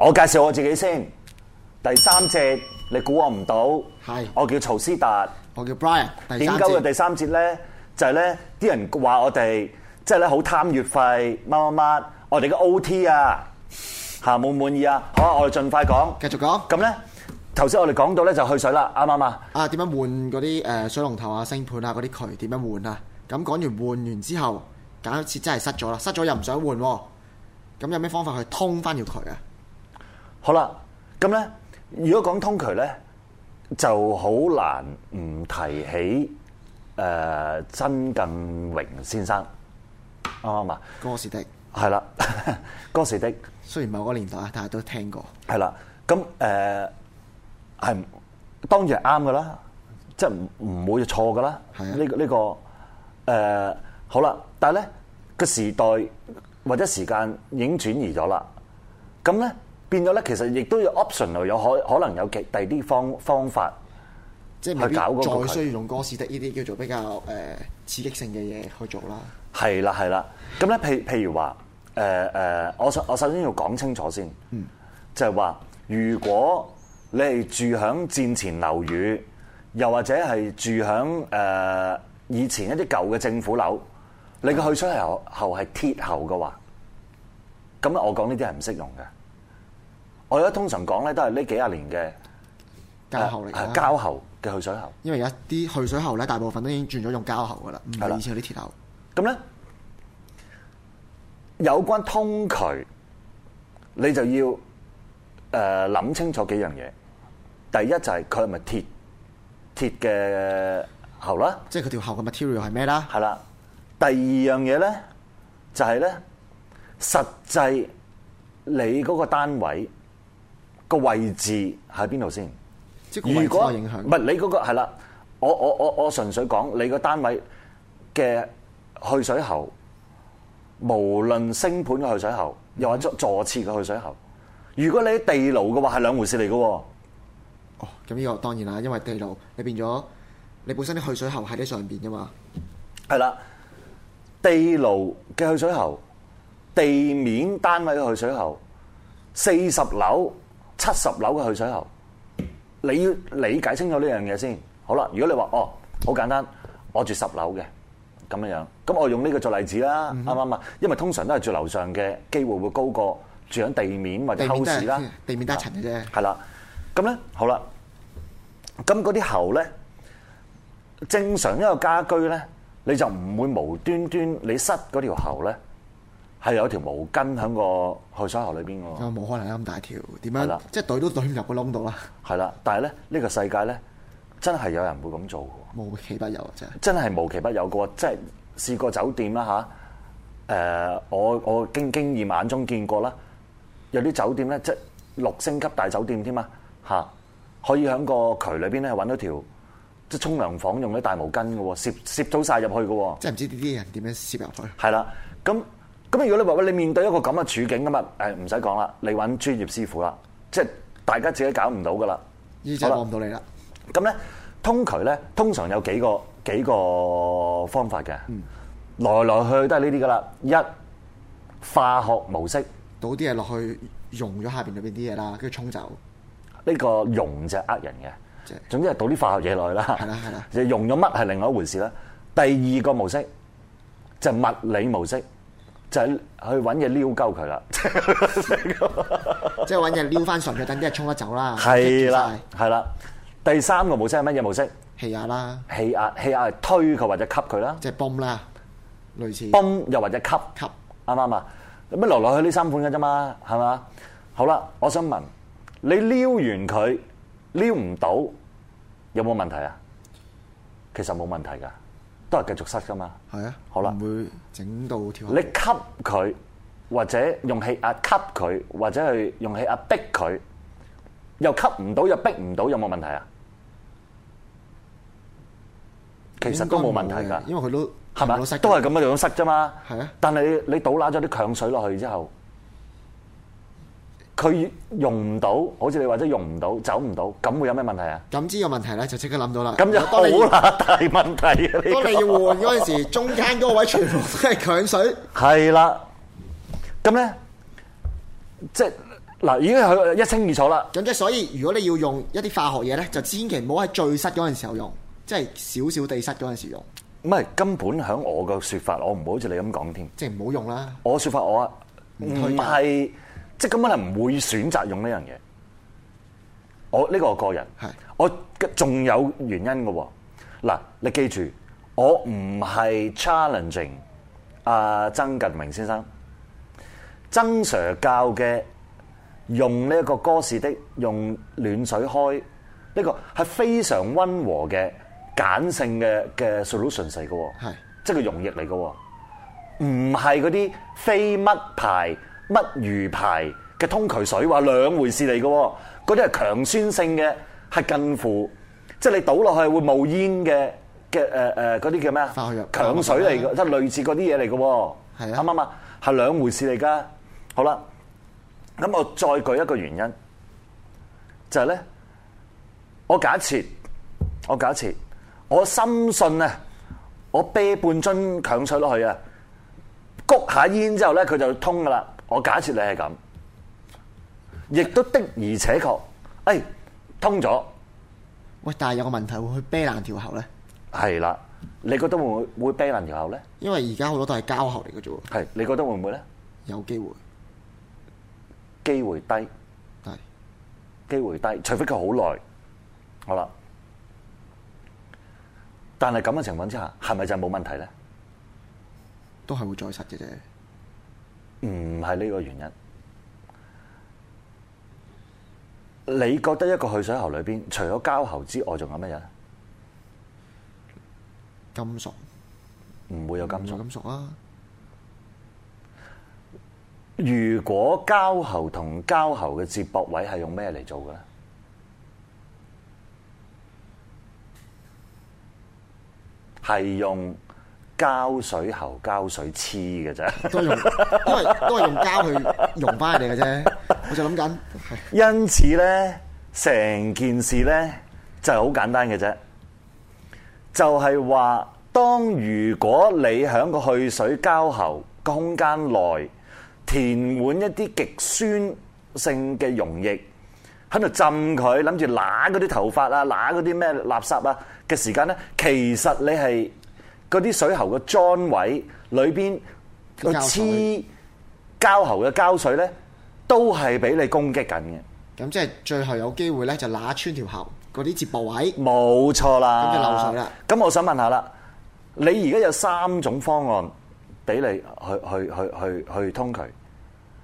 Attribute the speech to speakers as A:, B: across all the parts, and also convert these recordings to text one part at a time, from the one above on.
A: 我介紹我自己先。第三隻你估我唔到，
B: 係
A: 我叫曹思達。
B: 我叫 Brian，第
A: 點
B: 三
A: 解嘅
B: 節
A: 第三節咧？就係咧，啲人話我哋即係咧好貪月費，乜乜乜，我哋嘅 O T 啊，嚇滿唔滿意啊？好啊，我哋盡快講。
B: 繼續講
A: 咁咧，頭先我哋講到咧就去水啦，啱唔啱啊？
B: 啊，點樣換嗰啲誒水龍頭啊、星盤啊嗰啲渠點樣換啊？咁講完換完之後，假設真係塞咗啦，塞咗又唔想換喎、咁有咩方法去通翻條渠啊？
A: 好啦，咁咧，如果講通渠咧，就好難唔提起誒、呃曾近榮先生，啱唔啱啊？
B: 哥士迪
A: 係啦， 哥士的
B: 雖然唔係我個年代，但係都聽過。
A: 係啦，咁誒係當然係啱噶啦，即係唔唔會錯噶啦。
B: 係啊
A: 呢、個呢、個誒、呃好啦，但係咧個時代或者時間已經轉移咗啦，咁咧變咗咧，其實亦都有 optional 有可可能有其第二啲方方法。
B: 即係未
A: 去搞嗰個渠
B: 必再需要用哥士迪呢啲叫做比較誒、呃刺激性嘅嘢去做啦。
A: 係啦，係啦。咁咧，譬譬如話，誒、誒，我首我首先要講清楚先，就係話，如果你係住響戰前樓宇，又或者係住響誒、以前一啲舊嘅政府樓，你嘅去出喉喉係鐵喉嘅話，咁我講呢啲係唔適用嘅。我而家通常講咧都係呢幾廿年嘅
B: 膠喉嚟㗎
A: 誒
B: 啦，
A: 膠喉嘅去水喉。
B: 啊因為有一啲去水喉咧，大部分都已經轉咗用膠喉噶啦，唔
A: 係啦
B: 係以前嗰啲鐵喉。
A: 咁咧，有關通渠，你就要誒諗、清楚幾樣嘢。第一就係佢係咪鐵鐵嘅喉啦，
B: 即係佢條喉嘅 material 係咩啦？
A: 係啦。第二樣嘢咧就係、咧，實際你嗰個單位個位置喺邊度先？
B: 即係個位
A: 如
B: 置都
A: 果
B: 有影響
A: 唔。係你嗰個係啦，我我我我純粹講你個單位嘅去水喉，無論升盤嘅去水喉，又或者坐廁嘅去水喉，如果你喺地牢嘅話，係兩回事嚟嘅喎。
B: 哦，咁呢個當然啦，因為地牢你變咗你本身啲去水喉喺你上邊噶嘛，
A: 係啦，地牢嘅去水喉，地面單位嘅去水喉，四十樓、七十樓嘅去水喉，你要理解清楚呢樣嘢先。好啦，如果你話哦，好簡單，我住十樓嘅咁樣樣，咁我用呢個做例子啦，
B: 嗯
A: 啱唔啱啊？因為通常都係住樓上嘅機會會高過住喺地面或者
B: 地面
A: 溝
B: 都
A: 市啦 啊
B: 係。地面得一層嘅啫。
A: 係啦，咁咧好啦，咁嗰啲喉咧，正常一個家居咧，你就唔會無端端你塞嗰條喉咧，係有條毛巾喺個去水喉裏邊嘅喎，
B: 咁啊冇可能咁大條，點
A: 係啦
B: 樣即係懟都懟唔入個窿度啦，
A: 係啦，但係咧呢個世界咧，真係有人會咁做嘅喎。
B: 無奇不有啊！真係
A: 真係無奇不有嘅喎，即係試過酒店啦嚇。誒、我我經經驗眼中見過啦，有啲酒店咧，即係六星級大酒店添啊嚇，可以喺個渠裏邊咧揾到條即係沖涼房用啲大毛巾嘅喎，攝攝到晒入去嘅喎。
B: 即係唔知呢啲人點樣攝入去。
A: 係啦，咁咁如果你話喂，你面對一個咁嘅處境咁啊，誒唔使講啦，你揾專業師傅啦，即係大家自己搞唔到噶啦。
B: 呢就
A: 好啦
B: 幫唔到你啦。
A: 咁咧，通渠咧通常有幾個幾個方法嘅，
B: 嗯
A: 來來去去都係呢啲噶啦。一化學模式，呢、
B: 倒啲嘢落去溶咗下邊裏邊啲嘢啦，跟住沖走。
A: 個溶就係呃人嘅
B: 即係，
A: 總之係倒啲化學嘢落去啦。
B: 係啦係啦
A: 就溶咗乜係另外一回事啦。第二個模式就係物理模式，就係、去揾嘢撩鳩佢啦。
B: 即係揾嘢撩翻上去，等啲嘢沖得走啦。
A: 係啦
B: 棘住，
A: 係啦。第三個模式係乜嘢模式？
B: 晒，氣壓啦，
A: 氣壓，氣壓係推佢或者吸佢啦，
B: 即係泵啦，類似
A: 泵又或者吸。
B: 吸
A: 啱唔啱啊？咁來來去去呢三款嘅啫嘛，係嘛？好啦，我想問你撩完佢撩唔到，有冇問題啊？其實冇問題㗎，都係繼續塞㗎嘛。
B: 係啊。
A: 好啦
B: 唔會整到跳
A: 你吸佢，或者用氣壓吸佢，或者去用氣壓逼佢，又吸唔到又逼唔到，有冇問題啊？其實都冇問題
B: 應該
A: 㗎
B: 嘅，因為佢都
A: 係咪
B: 入到室
A: 啊？都係咁樣樣塞啫嘛。
B: 係啊
A: 但係你你倒揦咗啲強水落去之後，佢用唔到，好似你或者用唔到，走唔到，咁會有咩問題啊？
B: 咁知個問題咧，就即刻諗到啦。
A: 咁就
B: 當你
A: 好啦，大問題啊！
B: 當你要
A: 呢
B: 換嗰陣時，中間嗰位全 部都係強水，
A: 個係啦，咁咧，即係嗱，已經係一清二楚啦。
B: 咁即係所以，如果你要用一啲化學嘢咧，就千祈唔好喺最濕嗰陣時候用，即係少少地濕嗰陣時用，
A: 唔係根本響我嘅説法，我唔會好似你咁講添。
B: 即係唔好用啦。
A: 我説法我啊
B: 唔
A: 唔
B: 推介
A: 係，即係根本係唔會選擇用呢樣嘢。我呢個我個人
B: 係，
A: 我仲有原因嘅喎。嗱，你記住，我唔係 challenging 阿曾近明先生，曾 Sir 教嘅用呢一個哥士的用暖水開，呢個係非常温和嘅簡性嘅嘅 solution 嚟嘅喎，
B: 係
A: 即係個溶液嚟嘅喎。唔係嗰啲非乜牌乜魚牌嘅通渠水，話兩回事嚟嘅喎。嗰啲係強酸性嘅，係近乎即係你倒落去會冒煙嘅嘅誒誒嗰啲叫咩啊
B: 化學藥？
A: 強水嚟嘅，即係類似嗰啲嘢嚟嘅喎。
B: 係
A: 啱
B: 啊
A: 唔啱啊？係兩回事嚟㗎。好啦，咁我再舉一個原因，就係、呢。咧，我假設，我假設，我深信啊，我啤半樽強水落去啊。谷下煙之後咧，佢就通噶啦。我假設你係咁，亦都的而且確，誒、通咗，
B: 喂，但係有個問題會去啤爛條喉咧，
A: 係啦。你覺得會唔會會啤爛條喉咧？
B: 因為而家好多都係膠喉嚟嘅啫喎，
A: 係，你覺得會唔會咧？
B: 有機會，
A: 機會低，
B: 但係
A: 機會低，除非佢好耐。好啦，但係咁嘅情況之下，係咪就冇問題咧？
B: 都係會再濕嘅啫。
A: 唔係呢個原因。你覺得一個去水喉裏邊，除咗膠喉之外，仲有乜嘢咧？
B: 金屬，
A: 唔會有金屬
B: 唔。屬金屬啊，
A: 如果膠喉同膠喉嘅接駁位係用咩嚟做嘅咧？係用膠水喉、膠水黐嘅啫。
B: 都係用， 都係都係用膠去溶翻佢哋嘅啫。我就諗緊，係
A: 因此咧，成件事咧就係好簡單嘅啫，就係話，當如果你喺個去水膠喉個空間內填滿一啲極酸性嘅溶液，喺度浸佢，諗住揦嗰啲頭髮啊、揦嗰啲咩垃圾啊嘅時間咧，其實你係嗰啲水喉嘅樁位裏邊
B: 啲
A: 個
B: 膠水
A: 黐膠喉嘅膠水咧，都係俾你攻擊緊嘅。
B: 咁即係最後有機會咧，就揦穿條喉嗰啲接駁位。
A: 冇錯啦，
B: 咁就漏水啦。
A: 咁我想問下啦，你而家有三種方案俾你去去去去去通渠，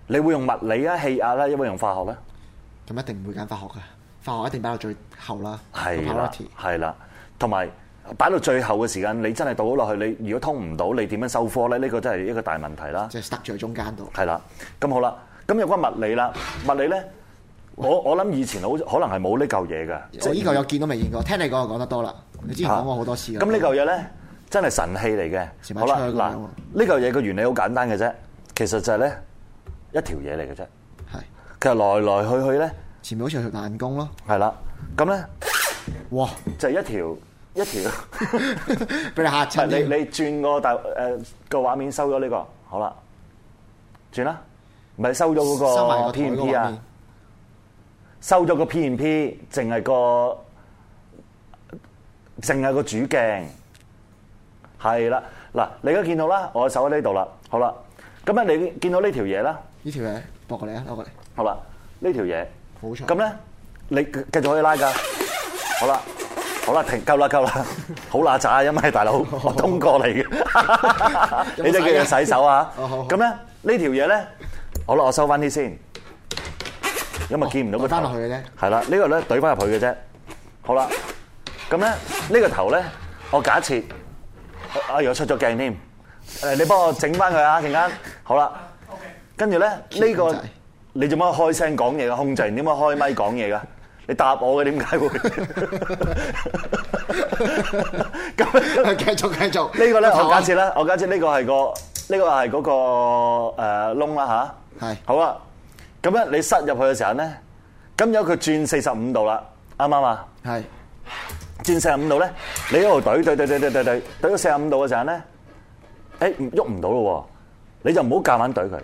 A: 你會用物理啊、氣壓啦，抑或用化學咧？
B: 咁一定唔會揀化學噶，化學一定擺到最後啦。
A: 係啦
B: priority，
A: 係啦，同埋擺到最後嘅時間，你真係倒咗落去，你如果通唔到，你點樣收科咧？呢個真係一個大問題啦。
B: 即係塞住喺中間度。
A: 係啦，咁好啦，咁有關物理啦，物理咧，我我諗以前好可能係冇呢嚿嘢嘅，
B: 我依嚿有見都未見過，聽你講就講得多啦。你之前講過好多次㗎
A: 咁呢嚿嘢咧，真係神器嚟
B: 前
A: 嘅。
B: 排
A: 好啦，
B: 出去嗰個
A: 嗱，呢嚿嘢個原理好簡單嘅啫，其實就係咧一條嘢嚟嘅啫。
B: 係
A: 其實來來去去咧，
B: 前面好似有條彈弓咯。
A: 係啦，咁咧
B: 哇！
A: 就係一條一條，
B: 俾你嚇
A: 唔係
B: 親
A: 你
B: 添
A: 你轉個大誒個畫面收咗呢個，好啦，轉啦，唔係收咗嗰
B: 收埋
A: 個
B: 個
A: P N
B: 台嗰個
A: P
B: 畫
A: 啊
B: 面，，
A: 收咗個 P N P，淨係個淨係個主鏡。係啦，嗱，你而家見到啦，我手喺呢度啦，好啦，咁啊，你見到呢條嘢啦，
B: 呢條嘢駁過嚟啊，攞過嚟。
A: 好啦，呢條嘢，
B: 冇錯
A: 咁咧，你繼續可以拉㗎，好啦，好啦，停，夠啦，夠 啦，好乸渣，因為大佬我通過嚟嘅，
B: 有冇洗啊
A: 你都記得洗手啊，
B: 哦好好
A: 咁咧呢條嘢咧，好啦，我收翻啲先，因為見唔到個
B: 哦
A: 頭
B: 懟返落去 嘅啫
A: 係啦，呢個咧懟翻入去嘅啫，好啦，咁咧呢個頭咧，我假設。啊！又出咗鏡添，誒，你幫我整翻佢啊，陣間好啦。跟住咧，呢
B: 控
A: 個
B: 制
A: 你做乜開聲講嘢嘅控制？你點解開咪講嘢噶？你答我嘅點 解會？咁
B: 繼續繼續。
A: 呢個咧，
B: 頭
A: 我
B: 啊
A: 假設咧，我假設呢個係個呢個係嗰個誒窿啦吓，
B: 係
A: 好啦，咁咧你塞入去嘅時候咧，咁有佢轉四十五度啦，啱唔啱啊？
B: 係
A: 轉四十五度咧，你一路懟懟懟懟懟懟懟懟到四十五度嘅時候咧，誒唔喐唔到咯喎，你就唔好夾硬懟佢，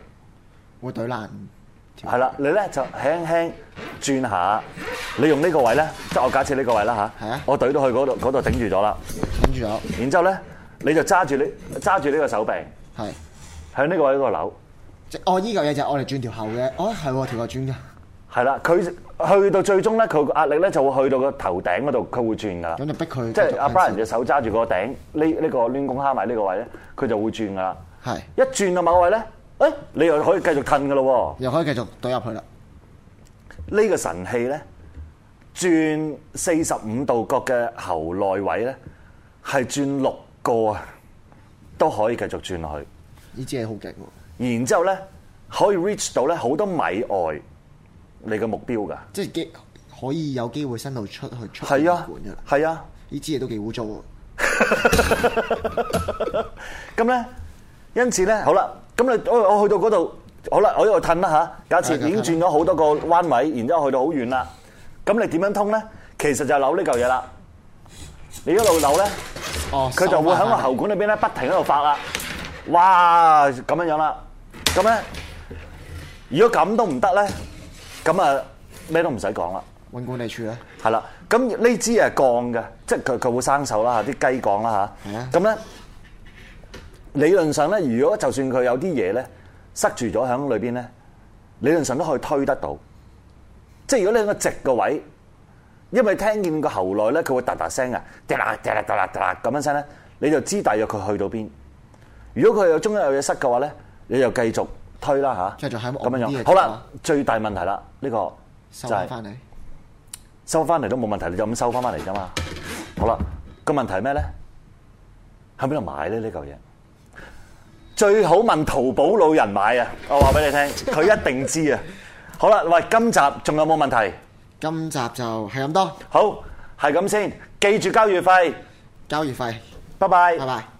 B: 會懟爛。
A: 係啦，你咧就輕輕轉下，你用呢個位咧，即係我假設呢個位啦
B: 係
A: 吓
B: 啊，
A: 我懟到去嗰度嗰度頂住咗啦，
B: 跟住有
A: 然之後咧你就揸住呢揸住呢個手臂
B: 係
A: 向呢個位嗰度扭，
B: 即哦依嚿嘢就係我嚟轉條後嘅，哦係喎條後轉㗎，
A: 係啦，佢去到最終咧，佢個壓力咧就會去到個頭頂嗰度，佢會轉噶啦。
B: 咁就逼佢
A: 即係阿 Brian
B: 繼續向前
A: 隻手揸住個頂，呢呢個攣弓蝦米呢個位咧，佢就會轉噶啦。
B: 係
A: 一轉到某個位咧，誒你又可以繼續褪噶咯
B: 又可以繼續懟入去啦，
A: 喎。呢個神器咧，轉四十五度角嘅喉內位咧，係轉六個啊，都可以繼續轉落去。
B: 呢支嘢好勁喎，
A: 然之後咧，可以 reach 到咧好多米外你嘅目標㗎。
B: 即係機可以有機會伸到出去出
A: 係啊
B: 管㗎啦，，
A: 係啊。
B: 呢支嘢都幾污糟喎，
A: 咁咧，因此咧，好啦，咁你我我去到嗰度，好啦，我呢度褪啦啊嚇。假設已經轉咗好多個彎位，然之後去到好遠啦。咁你點樣通咧？其實就係扭呢嚿嘢啦。你一路扭咧，
B: 哦
A: 佢就會喺個
B: 收返
A: 喉管裏邊咧不停喺度發啦。哇，咁樣樣啦。咁咧，如果咁都唔得咧，咁啊咩都唔使講啦。
B: 揾管理處咧，
A: 係啦，咁呢支係鋼嘅，即係佢佢會生手啦嚇，啲雞鋼啦
B: 係啊
A: 嚇。咁咧理論上咧，如果就算佢有啲嘢咧塞住咗喺裏邊咧，理論上都可以推得到。即係如果你喺個直嘅位，因為聽見個喉內咧佢會嗒嗒聲啊，嗒啦嗒啦嗒啦嗒啦咁樣聲咧，你就知大約佢去到邊。如果佢有中間有嘢塞嘅話咧，你就繼續推啦嚇。
B: 繼續喺
A: 咁樣
B: 戇啲嘅
A: 樣。好
B: 地
A: 啦
B: 方，
A: 最大問題啦，呢、個就係
B: 收翻翻嚟，
A: 收翻嚟都冇問題，你就咁收翻翻嚟啫嘛。好啦，個問題係咩咧？喺邊度買咧呢嚿嘢？最好問淘寶老人買啊！我話俾你聽，佢一定知啊。好啦，喂，今集仲有冇問題？
B: 今集就係咁多，
A: 好，係咁先，記住交月費，
B: 交月費，
A: 拜拜
B: 拜。拜。